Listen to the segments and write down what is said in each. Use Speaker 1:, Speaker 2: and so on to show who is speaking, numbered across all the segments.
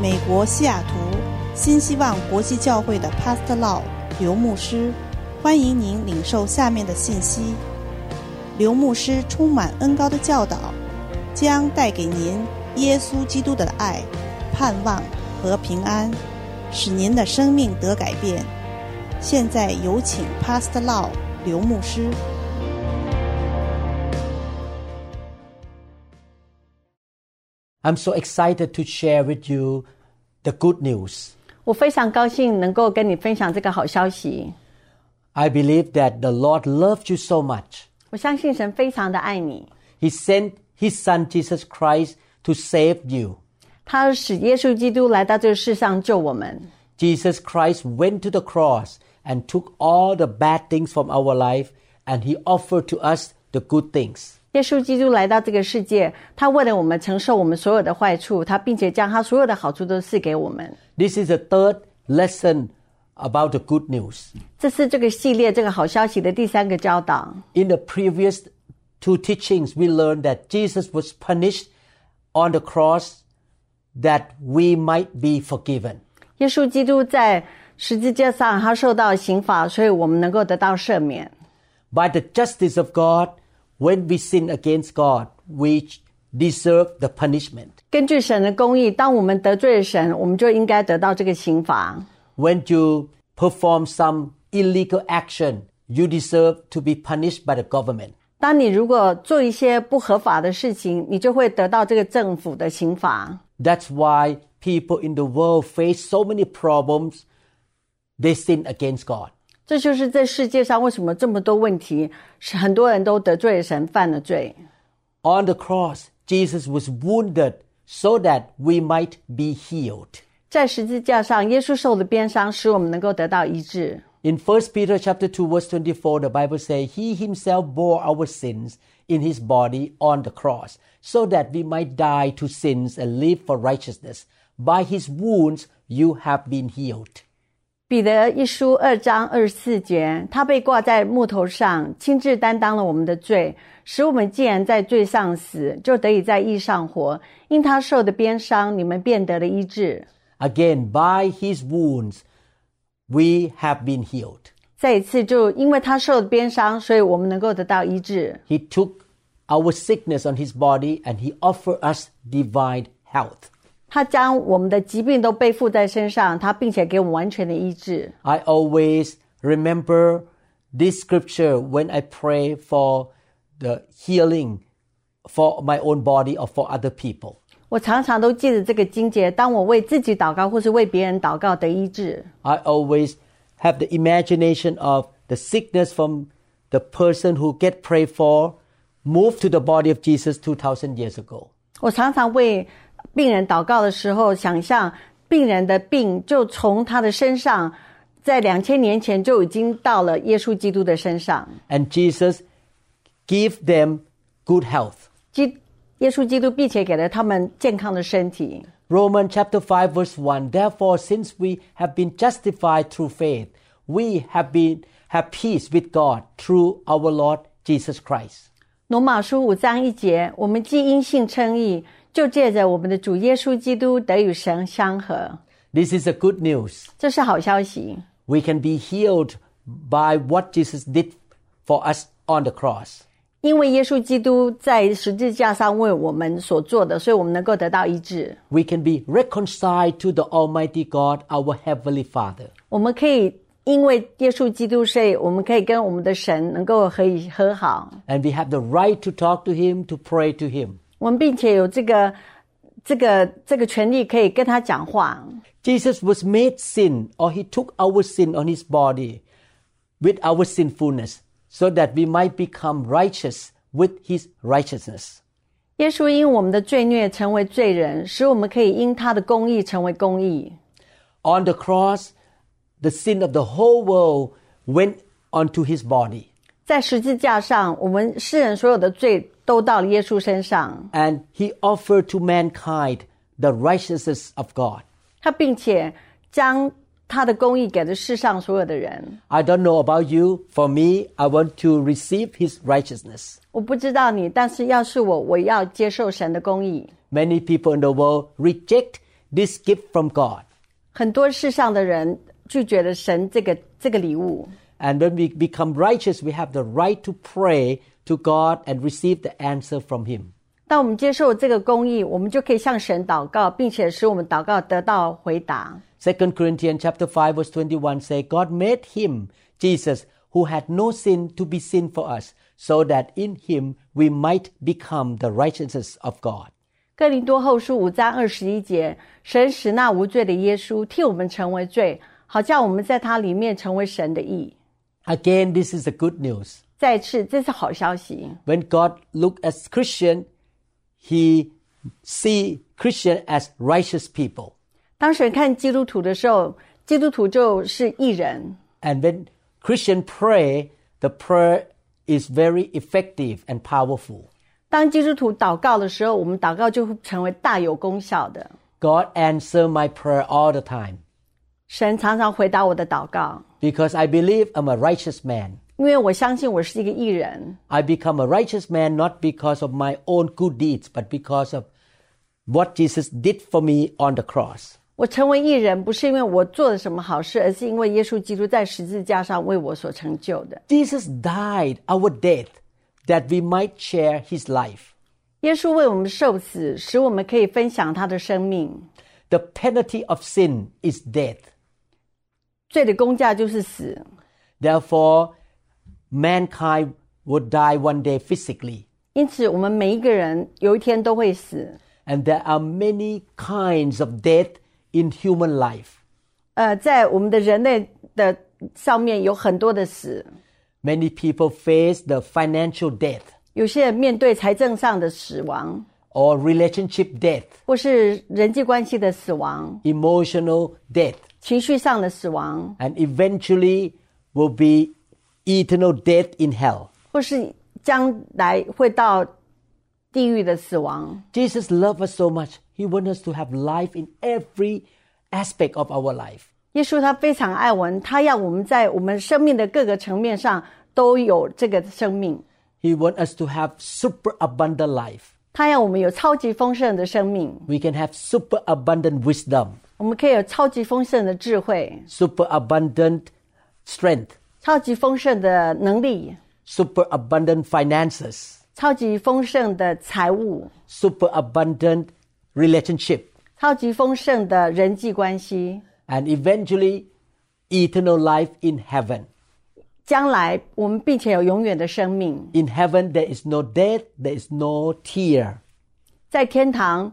Speaker 1: 美国西雅图新希望国际教会的 Pastor Lau 刘牧师，欢迎您领受下面的信息。刘牧师充满恩高的教导，将带给您耶稣基督的爱、盼望和平安，使您的生命得改变。现在有请 Pastor Lau 刘牧师。
Speaker 2: I'm so excited to share with you the good news.
Speaker 3: 我非常高兴能够跟你分享这个好消息。
Speaker 2: I believe that the Lord loved you so much.
Speaker 3: 我相信神非常的爱你，
Speaker 2: He sent His Son Jesus Christ to save you.
Speaker 3: 他使耶稣基督来到这个世上救我们。
Speaker 2: Jesus Christ went to the cross and took all the bad things from our life and He offered to us the good things.
Speaker 3: 耶稣基督来到这个世界，他为了我们承受我们所有的坏处，他并且将他所有的好处都赐给我们。
Speaker 2: This is the third lesson about the good news.
Speaker 3: 这是这个系列这个好消息的第三个教导。
Speaker 2: In the previous two teachings, we learned that Jesus was punished on the cross that we might be forgiven.
Speaker 3: 耶稣基督在十字架上，他受到刑罚，所以我们能够得到赦免。
Speaker 2: By the justice of God, when we sin against God, we deserve the punishment.
Speaker 3: 根据神的公义，当我们得罪了神，我们就应该得到这个刑罚。
Speaker 2: When you perform some illegal action, you deserve to be punished by the government.
Speaker 3: 当你如果做一些不合法的事情，你就会得到这个政府的刑罚。
Speaker 2: That's why people in the world face so many problems. They sin against God.
Speaker 3: 这就是这世界上为什么这么多问题，是很多人都得罪了神，犯了罪。
Speaker 2: On the cross, Jesus was wounded so that we might be healed.
Speaker 3: 在十字架上，耶稣受的鞭伤，使我们能够得到医治。
Speaker 2: In 1 Peter chapter 2 verse 24, the Bible says, He himself bore our sins in his body on the cross, so that we might die to sins and live for righteousness. By his wounds you have been healed.
Speaker 3: 彼得一书二章二十四节，他被挂在木头上，亲自担当了我们的罪，使我们既然在罪上死，就得以在义上活。因他受的鞭伤，你们便得了医治。
Speaker 2: Again, by his wounds we have been healed.
Speaker 3: 再一次，就因为他受的鞭伤，所以我们能够得到医治。
Speaker 2: He took our sickness on his body and he offered us divine health.
Speaker 3: 他将我们的疾病都背负在身上，他并且给我们完全的医治。
Speaker 2: I always remember this scripture when I pray for the healing for my own body or for other people.
Speaker 3: 我常常都记得这个经节，当我为自己祷告或是为别人祷告的医治。
Speaker 2: I always have the imagination of the sickness from the person who get prayed for moved to the body of Jesus 2000 years ago.
Speaker 3: 我常常为病人祷告的时候，想象病人的病就从他的身上，在两千年前就已经到了耶稣基督的身上。
Speaker 2: And Jesus give them good health.
Speaker 3: 基耶稣基督并且给了他们健康的身体。
Speaker 2: Romans chapter 5 verse 1 Therefore since we have been justified through faith we have been have peace with God through our Lord Jesus Christ.
Speaker 3: 罗马书五章一节，我们既因信称义，就借着我们的主耶稣基督得与神相合，
Speaker 2: This is the good news.
Speaker 3: 这是好消息。
Speaker 2: We can be healed by what Jesus did for us on the cross.
Speaker 3: 因为耶稣基督在十字架上为我们所做的，所以我们能够得到医治。
Speaker 2: We can be reconciled to the almighty God our heavenly Father.
Speaker 3: 我们可以因为耶稣基督，所以我们可以跟我们的神能够可以和好。
Speaker 2: And we have the right to talk to him, to pray to him.
Speaker 3: 我们并且有这个、这个、这个权利可以跟他讲话。
Speaker 2: Jesus was made sin, or he took our sin on his body with our sinfulness, so that we might become righteous with his righteousness.
Speaker 3: 耶稣因我们的罪孽成为罪人，使我们可以因他的公义成为公义。
Speaker 2: On the cross, the sin of the whole world went onto his body,
Speaker 3: 在十字架上，我们世人所有的罪都到了耶稣身上，
Speaker 2: and he offered to mankind the righteousness of God.
Speaker 3: 他并且将他的公义给了世上所有的人。
Speaker 2: I don't know about you, for me, I want to receive his righteousness.
Speaker 3: 我不知道你，但是要是我，我要接受神的公义。
Speaker 2: Many people in the world reject this gift from God.
Speaker 3: 很多世上的人拒绝了神这个这个礼物，
Speaker 2: And when we become righteous, we have the right to pray to God and receive the answer from Him.
Speaker 3: 当我们接受这个公义，我们就可以向神祷告，并且使我们祷告得到回答。
Speaker 2: Second Corinthians chapter 5 verse 21 say, God made him, Jesus, who had no sin to be sin for us, so that in him we might become the righteousness of God.
Speaker 3: 哥林多后书五章二十一节，神使那无罪的耶稣替我们成为罪，好叫我们在他里面成为神的义。
Speaker 2: Again, this is the good news.
Speaker 3: 再次，这是好消息。
Speaker 2: When God looked at Christian, he see Christian as righteous people.
Speaker 3: 当神看基督徒的时候，基督徒就是义人。
Speaker 2: And when Christian pray, the prayer is very effective and powerful.
Speaker 3: 当基督徒祷告的时候，我们祷告就会成为大有功效的。
Speaker 2: God answer my prayer all the time
Speaker 3: 神常常回答我的祷告，
Speaker 2: because I believe I'm a righteous man.
Speaker 3: 因为我相信我是一个义人。
Speaker 2: I become a righteous man not because of my own good deeds, but because of what Jesus did for me on the cross.
Speaker 3: 我成为义人，不是因为我做了什么好事，而是因为耶稣基督在十字架上为我所成就的。
Speaker 2: Jesus died our death that we might share his life.
Speaker 3: 耶稣为我们受死，使我们可以分享他的生命。
Speaker 2: The penalty of sin is death.
Speaker 3: 罪的公价就是死，
Speaker 2: Therefore, mankind would die one day physically.
Speaker 3: 因此我们每一个人有一天都会死。
Speaker 2: And there are many kinds of death in human life.
Speaker 3: 呃，在我们的人类的上面有很多的死，
Speaker 2: Many people face the financial death
Speaker 3: 有些人面对财政上的死亡，
Speaker 2: or relationship death,
Speaker 3: 或是人际关系的死亡、
Speaker 2: emotional death.
Speaker 3: 情绪上的死亡，
Speaker 2: and eventually will be eternal death in hell.
Speaker 3: 或是将来会到地狱的死亡。
Speaker 2: Jesus loved us so much, He wants us to have life in every aspect of our life.
Speaker 3: 耶稣他非常爱我们，他要我们在我们生命的各个层面上都有这个生命，
Speaker 2: He wants us to have super abundant life.
Speaker 3: 他要我们有超级丰盛的生命，
Speaker 2: We can have super abundant wisdom,
Speaker 3: 我们可以有超级丰盛的智慧，
Speaker 2: super abundant strength,
Speaker 3: 超级丰盛的能力，
Speaker 2: super abundant finances,
Speaker 3: 超级丰盛的财务，
Speaker 2: super abundant relationship,
Speaker 3: 超级丰盛的人际关系。
Speaker 2: and eventually eternal life in heaven.
Speaker 3: 将来我们并且有永远的生命，
Speaker 2: In heaven, there is no death, there is no tear,
Speaker 3: 在天堂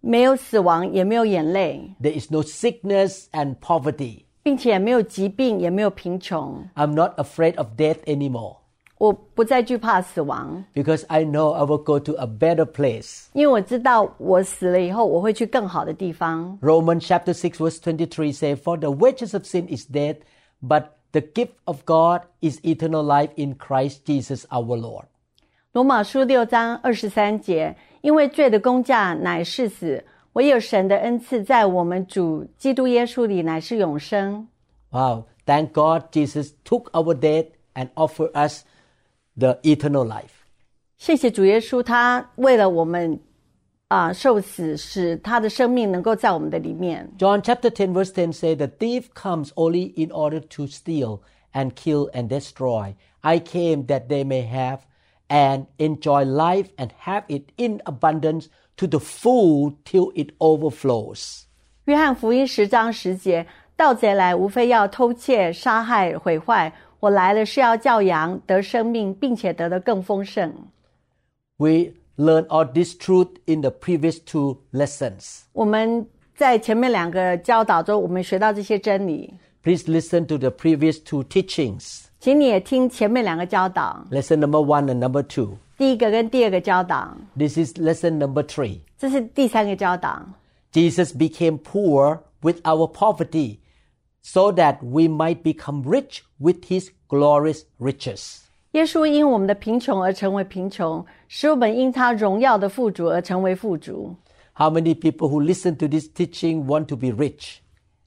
Speaker 3: 没有死亡，也没有眼泪，
Speaker 2: There is no sickness and poverty.
Speaker 3: 并且没有疾病，也没有贫穷。
Speaker 2: I'm not afraid of death anymore
Speaker 3: 我不再惧怕死亡，
Speaker 2: because I know I will go to a better place.
Speaker 3: 因为我知道我死了以后，我会去更好的地方。
Speaker 2: Romans chapter 6 verse 23 say, For the wages of sin is death, but the gift of God is eternal life in Christ Jesus our Lord.
Speaker 3: 罗马书六章二十三节，因为罪的公价乃是死，唯有神的恩赐在我们主基督耶稣里乃是永生。
Speaker 2: Wow. Thank God Jesus took our death and offered us the eternal life.
Speaker 3: 谢谢主耶稣，他为了我们啊、受死，使他的生命能够在我们的里面。
Speaker 2: John chapter 10 verse 10 say the thief comes only in order to steal and kill and destroy. I came that they may have and enjoy life and have it in abundance to the full till it overflows.
Speaker 3: 约翰福音十章十节：盗贼来，无非要偷窃、杀害、毁坏。我来了，是要叫羊得生命，并且得的更丰盛。
Speaker 2: We learn all this truth in the previous two lessons.
Speaker 3: 我们在前面两个教导中，我们学到这些真理，
Speaker 2: Please listen to the previous two teachings.
Speaker 3: 请你也听前面两个教导，
Speaker 2: Lesson number 1 and number 2.
Speaker 3: 第一个跟第二个教导，
Speaker 2: This is lesson number 3.
Speaker 3: 这是第三个教导。
Speaker 2: Jesus became poor with our poverty so that we might become rich with his glorious riches.
Speaker 3: 耶稣因我们的贫穷而成为贫穷，使我们因他荣耀的富足而成为富足。
Speaker 2: How many people who listen to this teaching want to be rich?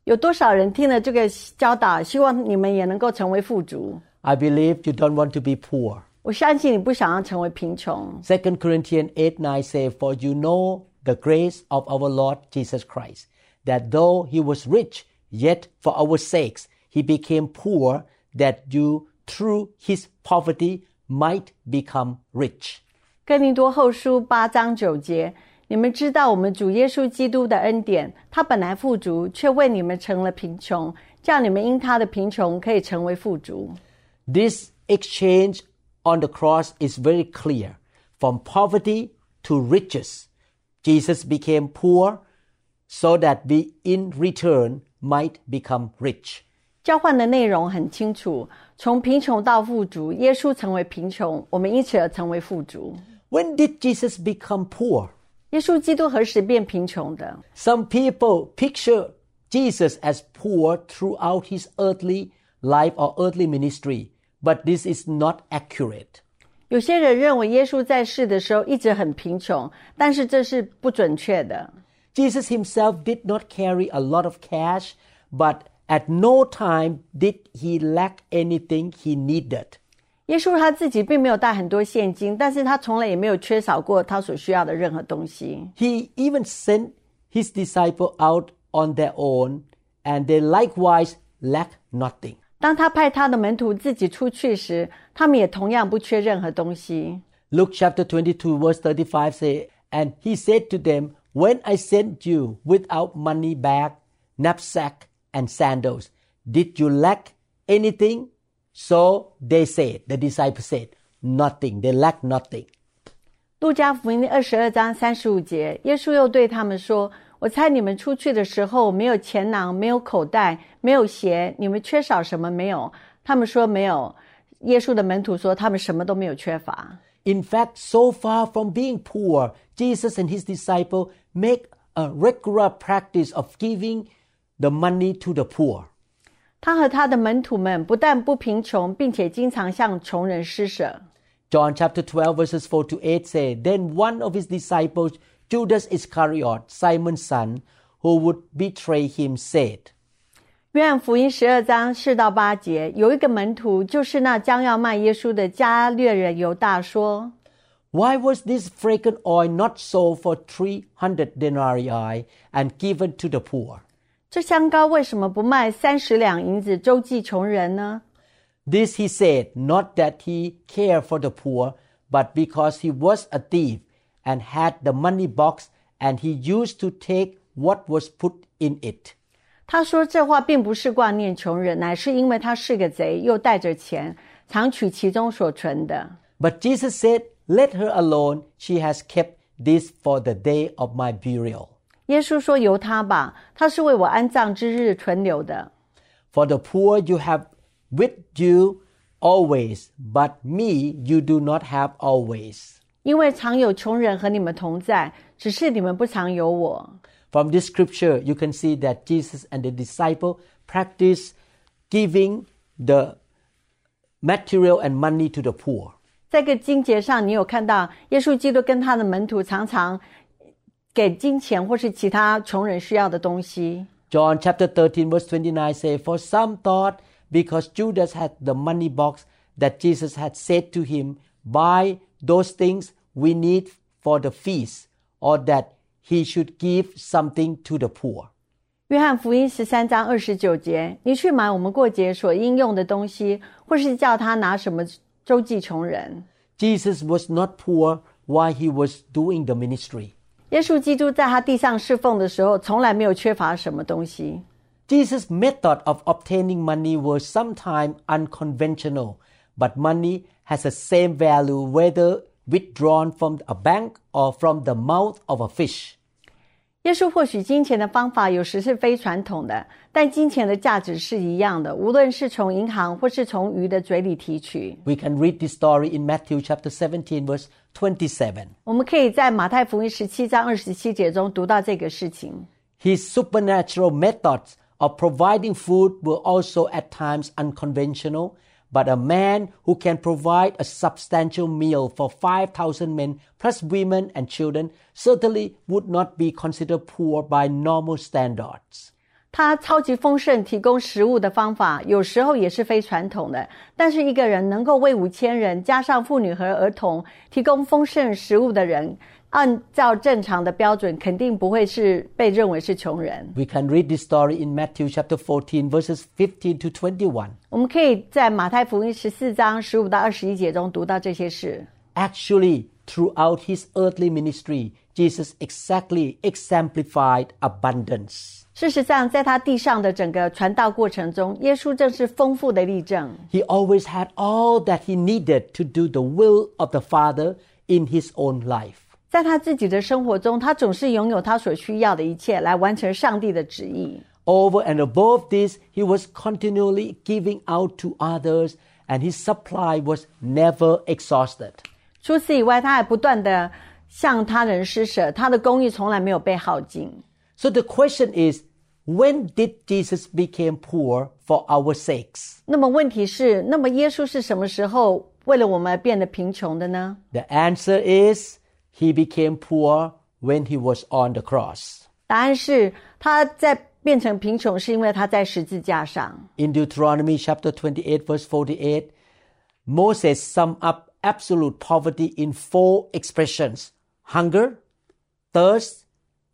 Speaker 3: 有多少人听了这个教导，希望你们也能够成为富足？
Speaker 2: I believe you don't want to be poor.
Speaker 3: 我相信你不想要成为贫穷。
Speaker 2: 2 Corinthians 8 9 says, For you know the grace of our Lord Jesus Christ, that though he was rich, yet for our sakes he became poor, that you through his poverty might become rich.
Speaker 3: 哥林多后书八章九节，你们知道我们主耶稣基督的恩典，他本来富足，却为你们成了贫穷，叫你们因他的贫穷可以成为富足。
Speaker 2: This exchange on the cross is very clear. From poverty to riches, Jesus became poor so that we in return might become rich.
Speaker 3: 交换的内容很清楚，从贫穷到富足，耶稣成为贫穷，我们因此而成为富足。
Speaker 2: When did Jesus become poor?
Speaker 3: 耶稣基督何时变贫穷的？
Speaker 2: Some people picture Jesus as poor throughout his earthly life or earthly ministry, but this is not accurate.
Speaker 3: 有些人认为耶稣在世的时候一直很贫穷，但是这是不准确的。
Speaker 2: Jesus himself did not carry a lot of cash, but at no time did he lack anything he needed.
Speaker 3: 耶稣他自己并没有带很多现金，但是他从来也没有缺少过他所需要的任何东西。
Speaker 2: He even sent his disciple out on their own, and they likewise lack nothing.
Speaker 3: 当他派他的门徒自己出去时，他们也同样不缺任何东西。
Speaker 2: Luke chapter 22 verse 35 say, And he said to them, When I sent you without money bag, knapsack, and sandals, did you lack anything? So they said, the disciples said, nothing. They lack nothing.
Speaker 3: 路加福音二十二章三十五节，耶稣又对他们说：“我猜你们出去的时候没有钱囊，没有口袋，没有鞋，你们缺少什么没有？”他们说没有。耶稣的门徒说他们什么都没有缺乏。
Speaker 2: In fact, so far from being poor, Jesus and his disciple make a regular practice of giving the money to the poor.
Speaker 3: 他和他的门徒们不但不贫穷，并且经常向穷人施舍。
Speaker 2: John chapter 12 verses 4 to 8 say, Then one of his disciples, Judas Iscariot, Simon's son, who would betray him, said,
Speaker 3: 约翰福音十二章四到八节，有一个门徒，就是那将要卖耶稣的加略人犹大，说：
Speaker 2: Why was this fragrant oil not sold for 300 denarii and given to the poor?
Speaker 3: 这香膏为什么不卖三十两银子周济穷人呢？
Speaker 2: This he said, not that he cared for the poor, but because he was a thief and had the money box and he used to take what was put in it.
Speaker 3: 他说这话并不是挂念穷人，乃是因为他是个贼，又带着钱，常取其中所存的。
Speaker 2: But Jesus said, Let her alone. She has kept this for the day of my burial.
Speaker 3: 耶稣说：“由他吧，他是为我安葬之日存留的。
Speaker 2: For the poor you have with you always, but me you do not have always.
Speaker 3: 因为常有穷人和你们同在，只是你们不常有我。
Speaker 2: From this scripture, you can see that Jesus and the disciple practiced giving the material and money to the poor. ”
Speaker 3: 在这个经节上，你有看到耶稣基督跟他的门徒常常给金钱或是其他穷人需要的东西。
Speaker 2: John chapter 13 verse 29 say, For some thought because Judas had the money box that Jesus had said to him, buy those things we need for the feast, or that he should give something to the poor.
Speaker 3: 约翰福音十三章二十九节：“你去买我们过节所应用的东西，或是叫他拿什么周济穷人。
Speaker 2: Jesus was not poor while he was doing the ministry. ”
Speaker 3: 耶稣基督在他地上侍奉的时候，从来没有缺乏什么东西。
Speaker 2: Jesus' method of obtaining money was sometimes unconventional, but money has the same value whether withdrawn from a bank or from the mouth of a fish.
Speaker 3: 耶稣获取金钱的方法有时是非传统的，但金钱的价值是一样的，无论是从银行或是从鱼的嘴里提取。
Speaker 2: We can read this story in Matthew chapter 17 verse 27.
Speaker 3: 我们可以在马太福音十七章二十七节中读到这个事情。
Speaker 2: His supernatural methods of providing food were also at times unconventional, but a man who can provide a substantial meal for 5,000 men plus women and children certainly would not be considered poor by normal standards.
Speaker 3: 他超级丰盛提供食物的方法，有时候也是非传统的。但是一个人能够为五千人加上妇女和儿童提供丰盛食物的人，按照正常的标准，肯定不会是被认为是穷人。
Speaker 2: We can read this story in Matthew chapter 14, verses 15 to 21.
Speaker 3: 我们可以在马太福音十四章十五到二十一节中读到这些事。
Speaker 2: Actually, throughout his earthly ministry, Jesus exactly exemplified abundance.
Speaker 3: 事实上，在他地上的整个传道过程中，耶稣正是丰富的例证。
Speaker 2: He always had all that he needed to do the will of the Father in his own life.
Speaker 3: 在他自己的生活中，他总是拥有他所需要的一切，来完成上帝的旨意。
Speaker 2: Over and above this, he was continually giving out to others, and his supply was never exhausted.
Speaker 3: 除此以外，他还不断的向他人施舍，他的公寓从来没有被耗尽。
Speaker 2: So the question is, when did Jesus become poor for our sakes?
Speaker 3: 那么问题是，那么耶稣是什么时候为了我们而变得贫穷的呢？
Speaker 2: The answer is, he became poor when he was on the cross.
Speaker 3: 答案是他在变成贫穷，是因为他在十字架上。
Speaker 2: In Deuteronomy chapter 28, verse 48, Moses summed up absolute poverty in four expressions hunger, thirst,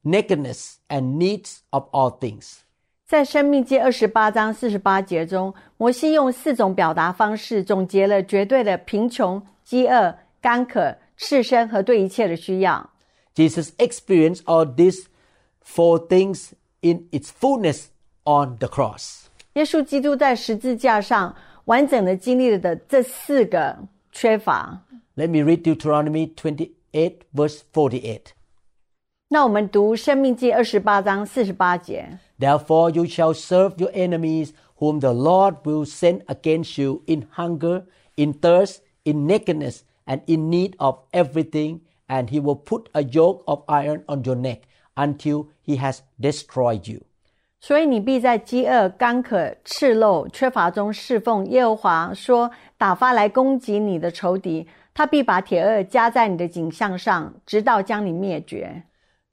Speaker 2: nakedness, and needs of all things.
Speaker 3: 在《生命记》二十八章四十八节中，摩西用四种表达方式总结了绝对的贫穷、饥饿、干渴、赤身和对一切的需要。
Speaker 2: Jesus experienced all these four things in its fullness on the cross.
Speaker 3: 耶稣基督在十字架上完整的经历了的这四个缺乏。
Speaker 2: Let me read Deuteronomy 28, verse 48.
Speaker 3: 那我们读《生命记》二十八章四十八节。
Speaker 2: Therefore, you shall serve your enemies, whom the Lord will send against you in hunger, in thirst, in nakedness, and in need of everything, and he will put a yoke of iron on your neck until he has destroyed you.
Speaker 3: 所以你必在饥饿、干渴、赤漏、缺乏中侍奉耶和华。说打发来攻击你的仇敌，他必把铁轭加在你的颈项上，直到将你灭绝。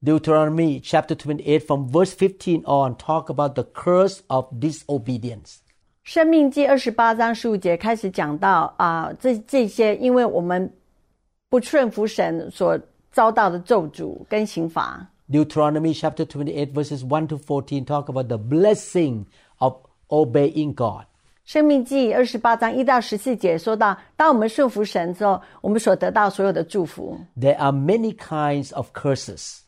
Speaker 2: Deuteronomy chapter 28 from verse 15 on talk about the curse of disobedience.
Speaker 3: 生命记二十八章十五节开始讲到啊、这这些因为我们不顺服神所遭到的咒诅跟刑罚。
Speaker 2: Deuteronomy chapter 28 verses 1 to 14 talk about the blessing of obeying God.
Speaker 3: 生命记二十八章一到十四节说到，当我们顺服神之后，我们所得到所有的祝福。
Speaker 2: There are many kinds of curses.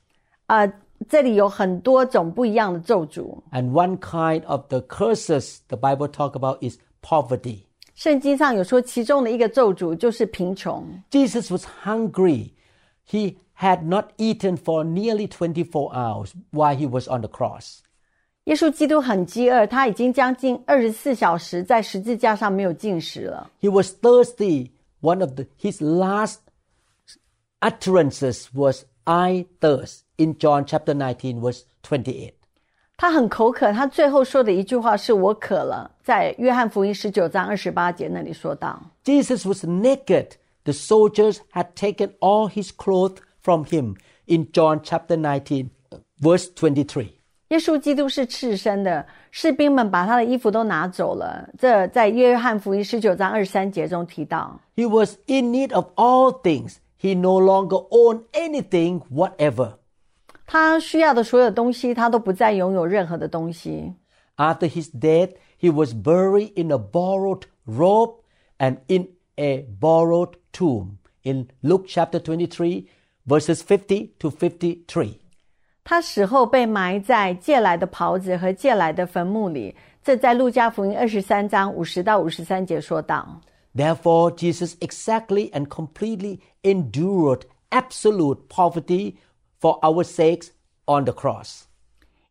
Speaker 3: 啊，这里有很多种不一样的咒诅。
Speaker 2: And one kind of the curses the Bible talk about is poverty.
Speaker 3: 圣经上有说，其中的一个咒诅就是贫穷。
Speaker 2: Jesus was hungry. He had not eaten for nearly 24 hours while he was on the cross.
Speaker 3: 耶稣基督很饥饿，他已经将近二十四小时在十字架上没有进食了。
Speaker 2: He was thirsty. One of the, his last utterances was, I thirst, in John chapter 19, verse 28.
Speaker 3: 他很口渴，他最后说的一句话是“我渴了”。在约翰福音十九章二十八节那里说到，
Speaker 2: Jesus was naked. The soldiers had taken all his clothes from him, in John chapter 19, verse 23.
Speaker 3: 耶稣基督是赤身的，士兵们把他的衣服都拿走了。这在约翰福音十九章二十三节中提到，
Speaker 2: He was in need of all things. He no longer owned anything whatever.
Speaker 3: 他需要的所有东西，他都不再拥有任何的东西。
Speaker 2: After his death, he was buried in a borrowed robe and in a borrowed tomb. In Luke chapter 23, verses 50 to 53.
Speaker 3: 他死后被埋在借来的袍子和借来的坟墓里。这在路加福音二十三章五十到五十三节说道。
Speaker 2: Therefore, Jesus exactly and completely endured absolute poverty for our sakes on the cross.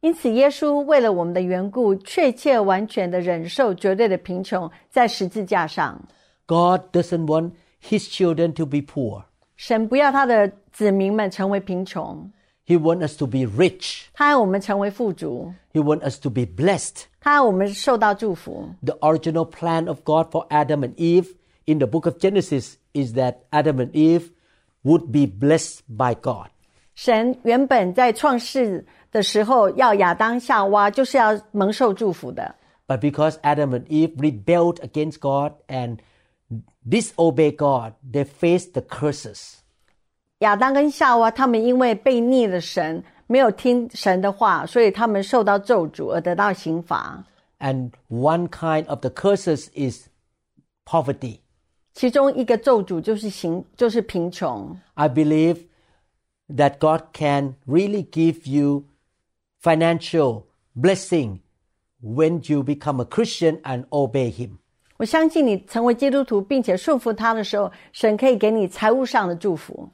Speaker 3: 因此，耶稣为了我们的缘故，确切完全的忍受绝对的贫穷，在十字架上。
Speaker 2: God doesn't want his children to be poor,
Speaker 3: 神不要他的子民们成为贫穷，
Speaker 2: he wants us to be rich.
Speaker 3: 他要我们成为富足，
Speaker 2: He wants us to be blessed.
Speaker 3: 他要我们受到祝福。
Speaker 2: The original plan of God for Adam and Eve in the book of Genesis is that Adam and Eve would be blessed by God.
Speaker 3: 神原本在创世的时候要亚当夏娃就是要蒙受祝福的，
Speaker 2: But because Adam and Eve rebelled against God and disobeyed God, they faced the curses.
Speaker 3: 亚当跟夏娃他们因为被逆了神，没有听神的话，所以他们受到咒诅而得到刑罚。
Speaker 2: And one kind of the curses is poverty.
Speaker 3: 其中一个咒诅就是刑，就是贫穷。
Speaker 2: I believe that God can really give you financial blessing when you become a Christian and obey Him.
Speaker 3: 我相信你成为基督徒并且顺服他的时候，神可以给你财务上的祝福。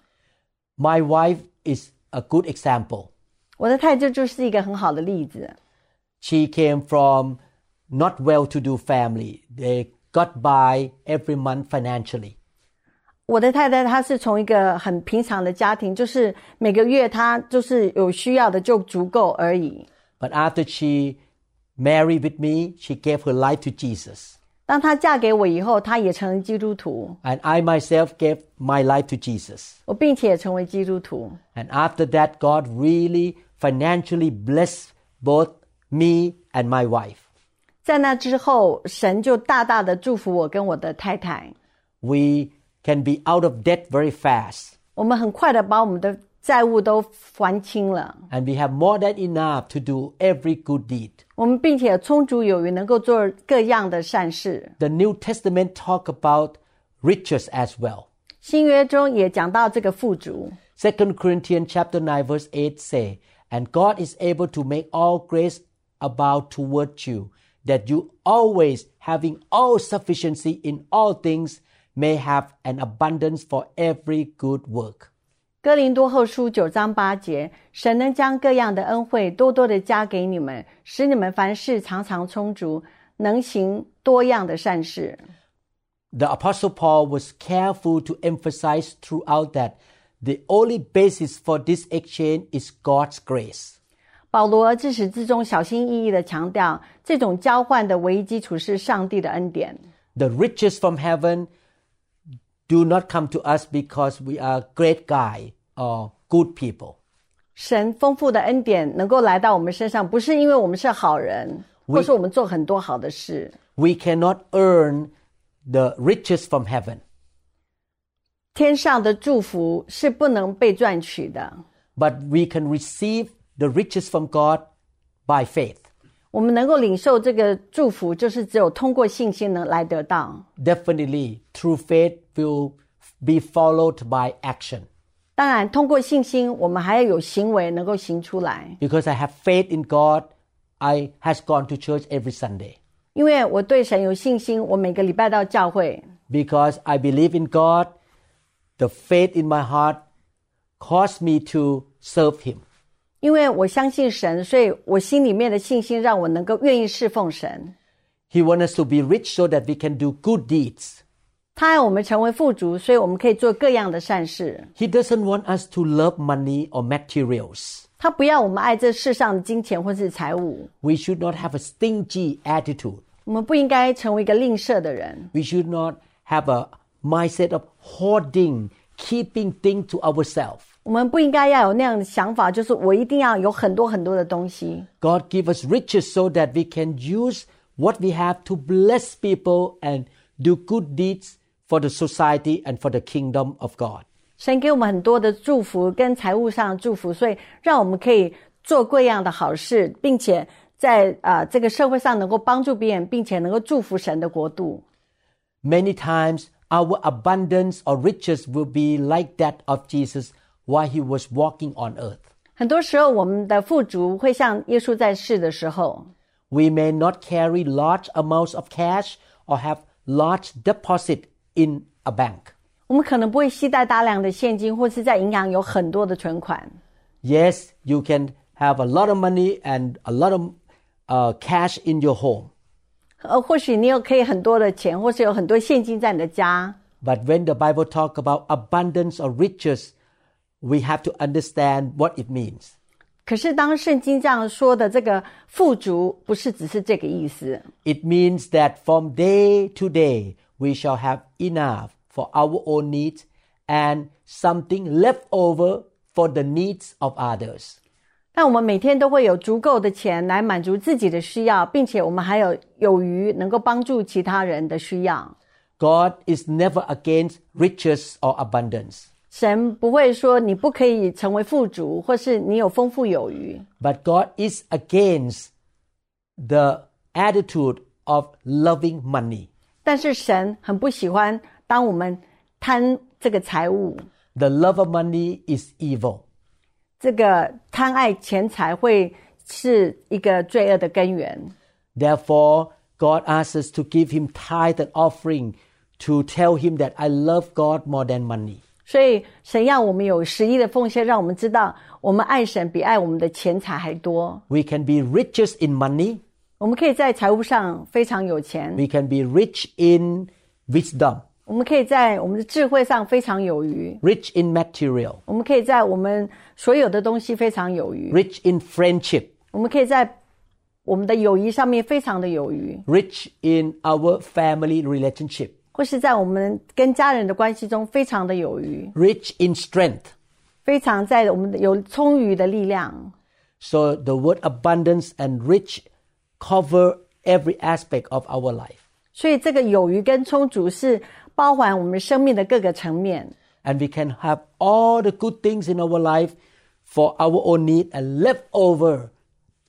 Speaker 2: My wife is a good example.
Speaker 3: 我的太太就是一个很好的例子。
Speaker 2: She came from not well to do family. They got by every month financially.
Speaker 3: 我的太太她是从一个很平常的家庭，就是每个月她就是有需要的就足够而已。
Speaker 2: But after she married with me, she gave her life to Jesus.
Speaker 3: 当她嫁给我以后，她也成了基督徒，
Speaker 2: And I myself gave my life to Jesus.
Speaker 3: 我并且也成为基督徒。
Speaker 2: And after that, God really financially blessed both me and my wife.
Speaker 3: 在那之后，神就大大的祝福我跟我的太太，
Speaker 2: We can be out of debt very fast,
Speaker 3: 我们很快的把我们的债务都还清了。
Speaker 2: and we have more than enough to do every good deed.
Speaker 3: 我们并且充足有余，能够做各样的善事。
Speaker 2: The New Testament talk about riches as well.
Speaker 3: 新约中也讲到这个富足，
Speaker 2: Second Corinthians chapter 9 verse 8 say, And God is able to make all grace abound toward you, that you always having all sufficiency in all things may have an abundance for every good work.
Speaker 3: 哥林多后书九章八节，神能将各样的恩惠多多的加给你们，使你们凡事常常充足，能行多样的善事。
Speaker 2: The apostle Paul was careful to emphasize throughout that the only basis for this exchange is God's grace.
Speaker 3: 保罗自始至终小心翼翼的强调，这种交换的唯一基础是上帝的恩典。
Speaker 2: The riches from heaven do not come to us because we are great guy or good people.
Speaker 3: 神丰富的恩典能够来到我们身上，不是因为我们是好人，或是我们做很多好的事。
Speaker 2: we cannot earn the riches from heaven.
Speaker 3: 天上的祝福是不能被赚取的，
Speaker 2: But we can receive the riches from God by faith.
Speaker 3: 我们能够领受这个祝福，就是只有通过信心能来得到。
Speaker 2: Definitely, true faith will be followed by action.
Speaker 3: 当然，通过信心，我们还要有行为能够行出来。
Speaker 2: Because I have faith in God, I has gone to church every Sunday.
Speaker 3: 因为我对神有信心，我每个礼拜到教会，
Speaker 2: Because I believe in God, the faith in my heart caused me to serve Him.
Speaker 3: 因为我相信神，所以我心里面的信心让我能够愿意侍奉神。
Speaker 2: He wants us to be rich so that we can do good deeds.
Speaker 3: 他爱我们成为富足，所以我们可以做各样的善事。
Speaker 2: He doesn't want us to love money or materials.
Speaker 3: 他不要我们爱这世上的金钱或是财物，
Speaker 2: We should not have a stingy attitude.
Speaker 3: 我们不应该成为一个吝啬的人。
Speaker 2: We should not have a mindset of hoarding, keeping things to ourselves.
Speaker 3: 我们不应该要有那样的想法，就是我一定要有很多很多的东西。
Speaker 2: God give us riches so that we can use what we have to bless people and do good deeds for the society and for the kingdom of God.
Speaker 3: 神给我们很多的祝福跟财务上的祝福，所以让我们可以做各样的好事，并且在啊、呃这个社会上能够帮助别人，并且能够祝福神的国度。
Speaker 2: Many times our abundance or riches will be like that of Jesus while he was walking on earth.
Speaker 3: 很多时候，我们的富足会像耶稣在世的时候，
Speaker 2: We may not carry large amounts of cash or have large deposit in a bank.
Speaker 3: 我们可能不会携带大量的现金，或是在银行有很多的存款。
Speaker 2: Yes, you can have a lot of money and a lot of uh, cash in your home.
Speaker 3: 呃，或许你有可以很多的钱，或是有很多现金在你的家，
Speaker 2: But when the Bible talk about abundance or riches, we have to understand what it means.
Speaker 3: 可是，当圣经这样说的这个富足，不是只是这个意思。
Speaker 2: It means that from day to day, we shall have enough for our own needs and something left over for the needs of others.
Speaker 3: 但我们每天都会有足够的钱来满足自己的需要，并且我们还有有余能够帮助其他人的需要。
Speaker 2: God is never against riches or abundance,
Speaker 3: 神不会说你不可以成为富足，或是你有丰富有余，
Speaker 2: but God is against the attitude of loving money.
Speaker 3: 但是神很不喜欢当我们贪这个财物，
Speaker 2: The love of money is evil.
Speaker 3: 这个贪爱钱财会是一个罪恶的根源。
Speaker 2: Therefore, God asks us to give him tithe and offering to tell him that I love God more than money.
Speaker 3: 所以神让我们有十一的奉献，让我们知道我们爱神比爱我们的钱财还多。
Speaker 2: We can be riches in money,
Speaker 3: 我们可以在财务上非常有钱，
Speaker 2: we can be rich in wisdom,
Speaker 3: 我们可以在我们的智慧上非常有余，
Speaker 2: rich in material,
Speaker 3: 我们可以在我们所有的东西非常有余，
Speaker 2: rich in friendship,
Speaker 3: 我们可以在我们的友谊上面非常的有余，
Speaker 2: rich in our family relationship,
Speaker 3: 或是在我们跟家人的关系中非常的有余，
Speaker 2: rich in strength.
Speaker 3: 非常在我们的有充裕的力量。
Speaker 2: So the word abundance and rich cover every aspect of our life.
Speaker 3: 所以这个有余跟充足是包含我们生命的各个层面。
Speaker 2: and we can have all the good things in our life for our own need and left over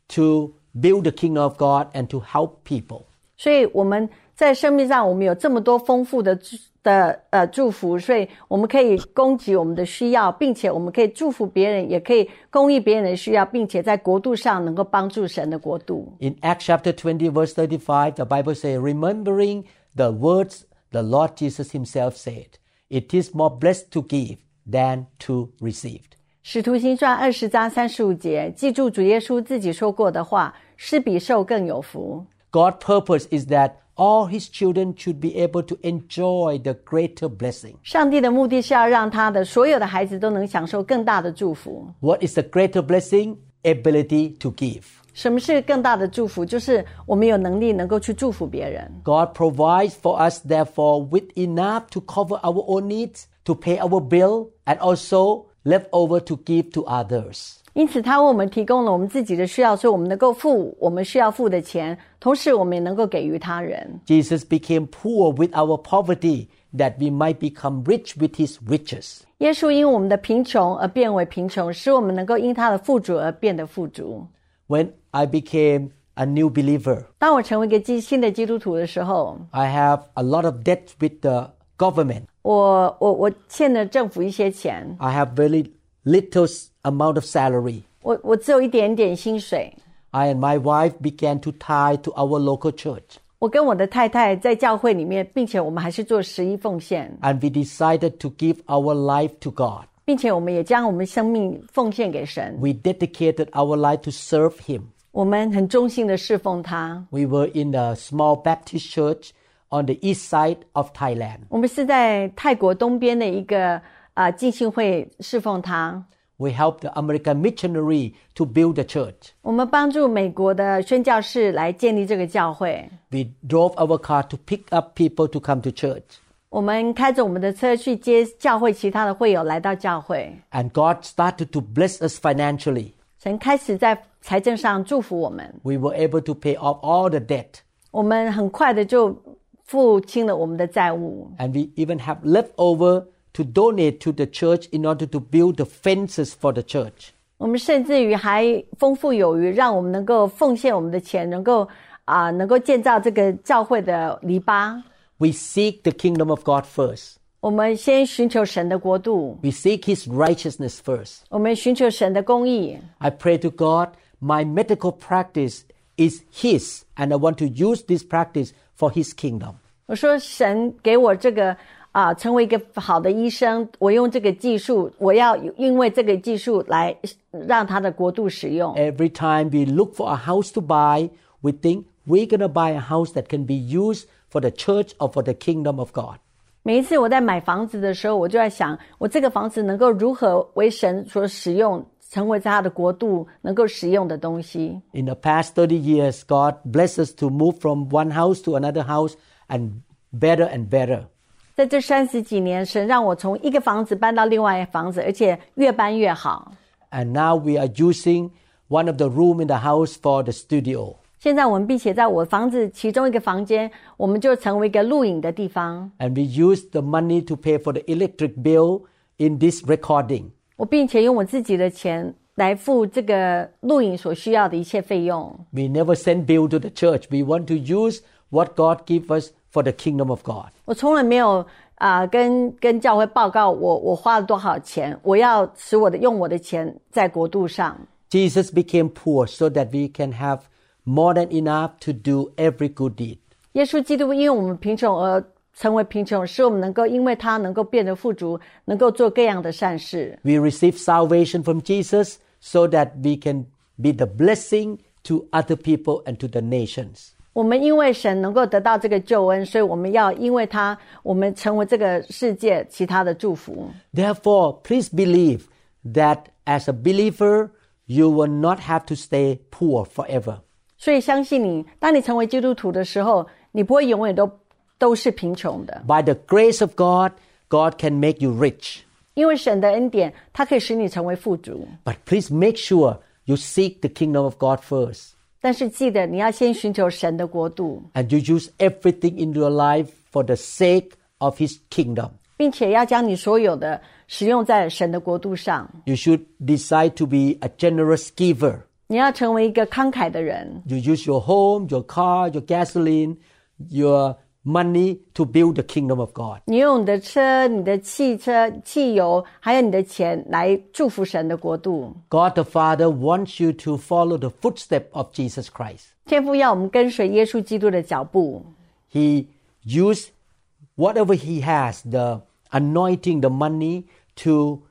Speaker 2: to build the kingdom of God and to help people.
Speaker 3: 所以我们在生命上，我们有这么多丰富的祝的呃祝福，所以我们可以供给我们的需要，并且我们可以祝福别人，也可以供应别人的需要，并且在国度上能够帮助神的国度。
Speaker 2: In Acts chapter 20 verse 35, the Bible says, remembering the words the Lord Jesus himself said, it is more blessed to give than to receive.
Speaker 3: 使徒行传二十章三十五节，记住主耶稣自己说过的话：“施比受更有福。
Speaker 2: God's purpose is that all his children should be able to enjoy the greater blessing. ”
Speaker 3: 上帝的目的是要让他的所有的孩子都能享受更大的祝福。
Speaker 2: What is the greater blessing? Ability to give.
Speaker 3: 什么是更大的祝福？就是我们有能力能够去祝福别人。
Speaker 2: God provides for us, therefore, with enough to cover our own needs, to pay our bill, and also left over to give to others.
Speaker 3: 因此，他为我们提供了我们自己的需要，所以我们能够付我们需要付的钱，同时我们也能够给予他人。
Speaker 2: Jesus became poor with our poverty that we might become rich with his riches.
Speaker 3: 耶稣因我们的贫穷而变为贫穷，使我们能够因他的富足而变得富足。
Speaker 2: When I became a new believer,
Speaker 3: 当我成为一个基新的基督徒的时候，
Speaker 2: I have a lot of debt with the government.
Speaker 3: 我我我欠了政府一些钱，
Speaker 2: I have very little s- amount of salary.
Speaker 3: 我我只有一点点薪水。
Speaker 2: I and my wife began to tithe to our local church.
Speaker 3: 我跟我的太太在教会里面，并且我们还是做十一奉献，
Speaker 2: and we decided to give our life to God.
Speaker 3: 并且我们也将我们生命奉献给神，
Speaker 2: We dedicated our life to serve Him.
Speaker 3: 我们很忠心的侍奉他。
Speaker 2: We were in a small Baptist church on the east side of Thailand.
Speaker 3: 我们是在泰国东边的一个啊浸信会侍奉堂，
Speaker 2: We helped the American missionary to build the church.
Speaker 3: 我们帮助美国的宣教士来建立这个教会。
Speaker 2: We drove our car to pick up people to come to church.
Speaker 3: 我们开着我们的车去接教会其他的会友来到教会，
Speaker 2: And God started to bless us financially.
Speaker 3: 神开始在财政上祝福我们，
Speaker 2: We were able to pay off all the debt.
Speaker 3: 我们很快的就付清了我们的债务，
Speaker 2: And we even have left over to donate to the church in order to build the fences for the church.
Speaker 3: 我们甚至于还丰富有余，让我们能够奉献我们的钱，能够啊、能够建造这个教会的篱笆。
Speaker 2: We seek the kingdom of God first.
Speaker 3: 我们先寻求神的国度，
Speaker 2: We seek His righteousness first.
Speaker 3: 我们寻求神的公义。
Speaker 2: I pray to God, my medical practice is His, and I want to use this practice for His kingdom.
Speaker 3: 我说，神给我这个啊、成为一个好的医生，我用这个技术，我要因为这个技术来让他的国度使用。
Speaker 2: Every time we look for a house to buy, we think we're going to buy a house that can be used for the church or for the kingdom of God.
Speaker 3: 每一次我在买房子的时候，我就在想，我这个房子能够如何为神所使用，成为他的国度能够使用的东西。
Speaker 2: In the past 30 years, God blessed us to move from one house to another house and better and better.
Speaker 3: 在在这三十几年，神让我从一个房子搬到另外一个房子，而且越搬越好。
Speaker 2: And now we are using one of the room in the house for the studio.
Speaker 3: 现在我们并且在我房子其中一个房间，我们就成为一个录影的地方。
Speaker 2: And we use the money to pay for the electric bill in this recording.
Speaker 3: 我并且用我自己的钱来付这个录影所需要的一切费用。
Speaker 2: We never send bill to the church. We want to use what God give us for the kingdom of God.
Speaker 3: 我从来没有啊、跟跟教会报告我我花了多少钱，我要使我的用我的钱在国度上。
Speaker 2: Jesus became poor so that we can have more than enough to do every good deed.
Speaker 3: 耶稣基督因为我们贫穷而成为贫穷，使我们能够因为他能够变得富足，能够做各样的善事。
Speaker 2: We receive salvation from Jesus so that we can be the blessing to other people and to the nations.
Speaker 3: 我们因为神能够得到这个救恩，所以我们要因为他，我们成为这个世界其他的祝福。
Speaker 2: Therefore, please believe that as a believer, you will not have to stay poor forever.
Speaker 3: 所以相信你，当你成为基督徒的时候，你不会永远都都是贫穷的，
Speaker 2: By the grace of God, God can make you rich.
Speaker 3: 因为神的恩典，它可以使你成为富足。
Speaker 2: But please make sure you seek the kingdom of God first
Speaker 3: 但是记得，你要先寻求神的国度，
Speaker 2: and you use everything in your life for the sake of His kingdom.
Speaker 3: 并且要将你所有的使用在神的国度上。
Speaker 2: You should decide to be a generous giver.
Speaker 3: 你要成为一个慷慨的人，
Speaker 2: You use your home, your car, your gasoline, your money to build the kingdom of God.
Speaker 3: 你用你的车、你的汽车、汽油，还有你的钱来祝福神的国度。
Speaker 2: God the Father wants you to follow the footstep of Jesus Christ.
Speaker 3: 天父要我们跟随耶稣基督的脚步，
Speaker 2: He used whatever he has, the anointing, the money, to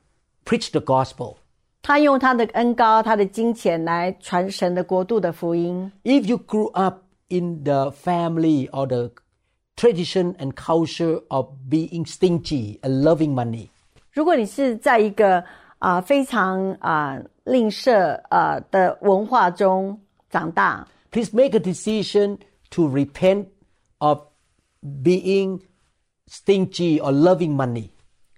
Speaker 2: preach the gospel.
Speaker 3: 他用他的恩高、他的金钱来传神的国度的福音。
Speaker 2: If you grew up in the family or the tradition and culture of being stingy and loving money,
Speaker 3: 如果你是在一个啊、非常啊、吝啬啊、的文化中长大，
Speaker 2: please make a decision to repent of being stingy or loving money.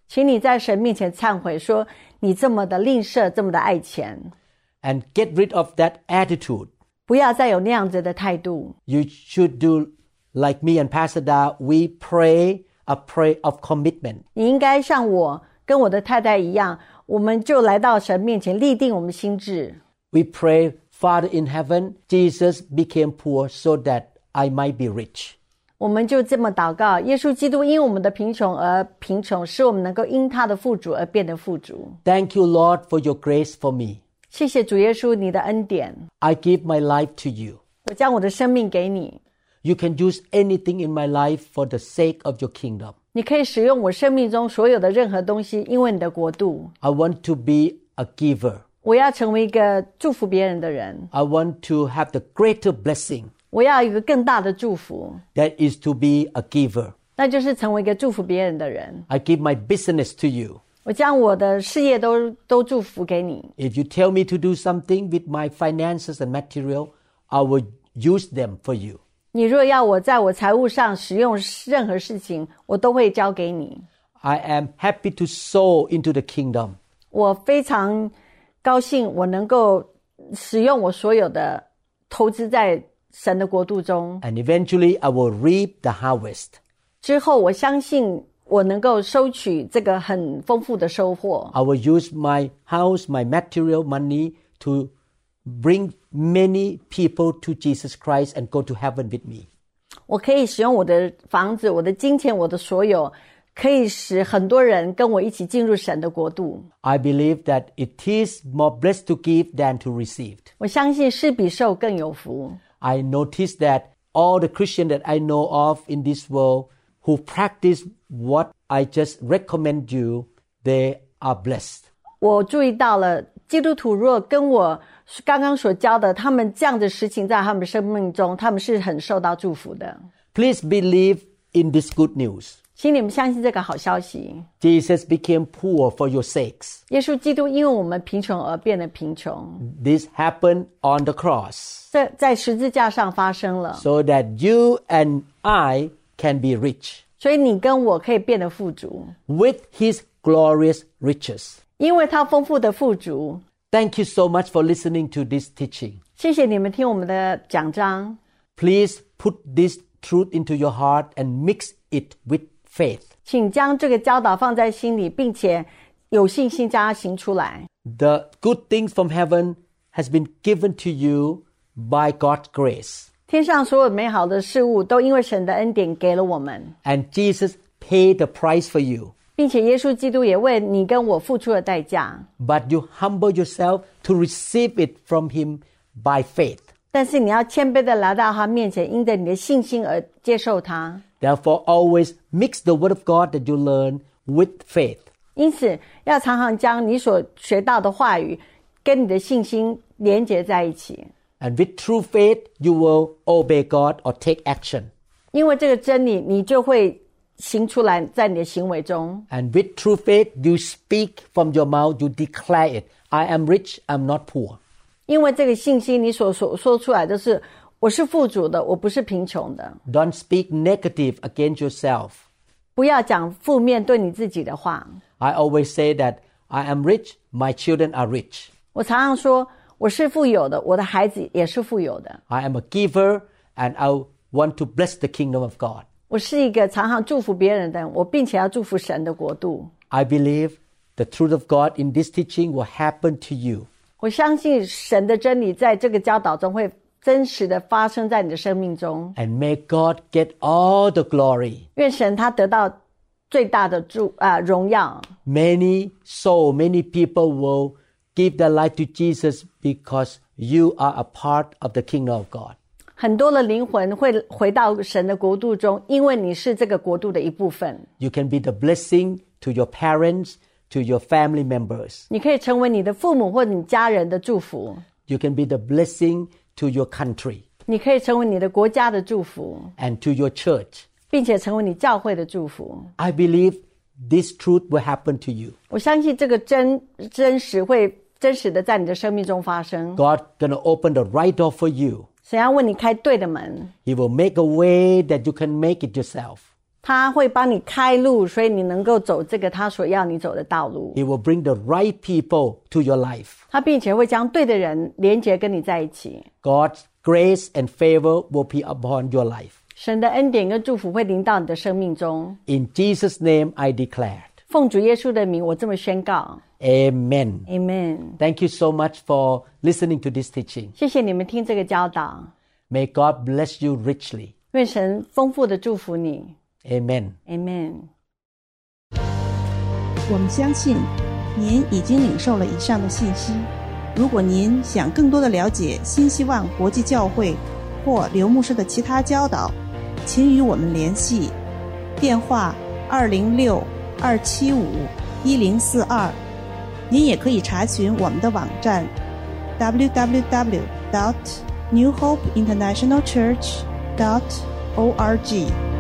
Speaker 3: 请你在神面前忏悔，说你这么的吝啬，这么的爱钱，
Speaker 2: and get rid of that attitude.
Speaker 3: 不要再有那样子的态度。
Speaker 2: You should do like me and Pastor Da, we pray a prayer of commitment.
Speaker 3: 你应该像我跟我的太太一样，我们就来到神面前，立定我们心智。
Speaker 2: We pray, Father in heaven, Jesus became poor so that I might be rich.
Speaker 3: 我们就这么祷告：耶稣基督因我们的贫穷而贫穷，使我们能够因他的富足而变得富足。
Speaker 2: Thank you, Lord, for your grace for me.
Speaker 3: 谢谢主耶稣你的恩典，
Speaker 2: I give my life to you.
Speaker 3: 我将我的生命给你，
Speaker 2: You can use anything in my life for the sake of your kingdom.
Speaker 3: 你可以使用我生命中所有的任何东西，因为你的国度。
Speaker 2: I want to be a giver.
Speaker 3: 我要成为一个祝福别人的人，
Speaker 2: I want to have the greater blessing
Speaker 3: 我要一个更大的祝福，
Speaker 2: that is to be a giver.
Speaker 3: 那就是成为一个祝福别人的人。
Speaker 2: I give my business to you.
Speaker 3: 我将我的事业都都祝福给你。
Speaker 2: If you tell me to do something with my finances and material, I will use them for you.
Speaker 3: 你若要我在我财务上使用任何事情，我都会交给你。
Speaker 2: I am happy to sow into the kingdom.
Speaker 3: 我非常高兴，我能够使用我所有的投资在神的国度中。
Speaker 2: And eventually I will reap the harvest.
Speaker 3: 之后，我相信我能够收取这个很丰富的收获。
Speaker 2: I will use my house, my material money to bring many people to Jesus Christ and go to heaven with me.
Speaker 3: 我可以使用我的房子、我的金钱、我的所有，可以使很多人跟我一起进入神的国度。
Speaker 2: I believe that it is more blessed to give than to receive.
Speaker 3: 我相信是比受更有福。
Speaker 2: I noticed that all the Christians that I know of in this world who practice what I just recommend you, they are blessed.
Speaker 3: 我注意到了，基督徒若跟我刚刚所教的，他们这样的事情在他们生命中，他们是很受到祝福的。
Speaker 2: Please believe in this good news.
Speaker 3: 请你们相信这个好消息：
Speaker 2: Jesus became poor for your sakes.
Speaker 3: 耶稣基督因为我们贫穷而变得贫穷，
Speaker 2: This happened on the cross
Speaker 3: 这在十字架上发生了，
Speaker 2: so that you and I can be rich.
Speaker 3: 所以你跟我可以变得富足，
Speaker 2: with his glorious riches.
Speaker 3: 因为他丰富的富足。
Speaker 2: Thank you so much for listening to this teaching.
Speaker 3: 谢谢你们听我们的讲章，
Speaker 2: Please put this truth into your heart and mix it with faith.
Speaker 3: 请将这个教导放在心里，并且有信心将它行出来。
Speaker 2: The good things from heaven has been given to you by God's grace.
Speaker 3: 天上所有美好的事物都因为神的恩典给了我们，
Speaker 2: And Jesus paid the price for you.
Speaker 3: 并且耶稣基督也为你跟我付出了代价。
Speaker 2: But you humble yourself to receive it from him by faith.
Speaker 3: 但是你要谦卑的来到他面前，因着你的信心而接受他。
Speaker 2: Therefore, always mix the word of God that you learn with faith.
Speaker 3: 因此，要常常将你所学到的话语跟你的信心连接在一起，
Speaker 2: And with true faith, you will obey God or take action.
Speaker 3: 因为这个真理你就会行出来，在你的行为中。
Speaker 2: And with true faith, you speak from your mouth, you declare it. I am rich, I'm not poor.
Speaker 3: 因为这个信心，你所所说出来的是我是富足的，我不是贫穷的。
Speaker 2: Don't speak negative against yourself.
Speaker 3: 不要讲负面对你自己的话。
Speaker 2: I always say that I am rich, my children are rich.
Speaker 3: 我常常说我是富有的，我的孩子也是富有的。
Speaker 2: I am a giver and I want to bless the kingdom of God.
Speaker 3: 我是一个常常祝福别人的人，我并且要祝福神的国度。
Speaker 2: I believe the truth of God in this teaching will happen to you.
Speaker 3: 我相信神的真理在这个教导中会真实的发生在你的生命中。
Speaker 2: And may God get all the glory.
Speaker 3: 愿神他得到最大的祝啊、荣耀。
Speaker 2: Many, so many people will give their life to Jesus because you are a part of the kingdom of God.
Speaker 3: 很多的灵魂会回到神的国度中，因为你是这个国度的一部分。
Speaker 2: You can be the blessing to your parents, to your family members.
Speaker 3: 你可以成为你的父母或你家人的祝福，
Speaker 2: You can be the blessing to your country
Speaker 3: 你可以成为你的国家的祝福，
Speaker 2: and to your church.
Speaker 3: 并且成为你教会的祝福。
Speaker 2: I believe this truth will happen to you.
Speaker 3: 我相信这个真真实会真实的在你的生命中发生。
Speaker 2: God gonna open the right door for you.
Speaker 3: 神要为你开对的门，
Speaker 2: He will make a way that you can make it yourself.
Speaker 3: 他会帮你开路，所以你能够走这个他所要你走的道路。
Speaker 2: He will bring the right people to your life.
Speaker 3: 他并且会将对的人连接跟你在一起。
Speaker 2: God's grace and favor will be upon your life.
Speaker 3: 神的恩典跟祝福会临到你的生命中。
Speaker 2: In Jesus' name I declared.
Speaker 3: 奉主耶稣的名，我这么宣告
Speaker 2: Amen.
Speaker 3: ，Amen。
Speaker 2: Thank you so much for listening to this teaching.
Speaker 3: 谢谢你们听这个教导，
Speaker 2: May God bless you richly.
Speaker 3: 愿神丰富的祝福你
Speaker 2: Amen.
Speaker 3: ，Amen。
Speaker 1: 我们相信您已经领受了以上的信息。如果您想更多的了解新希望国际教会或刘牧师的其他教导，请与我们联系，电话二零六二七五一零四二。您也可以查询我们的网站 www. dot New Hope International Church. dot org。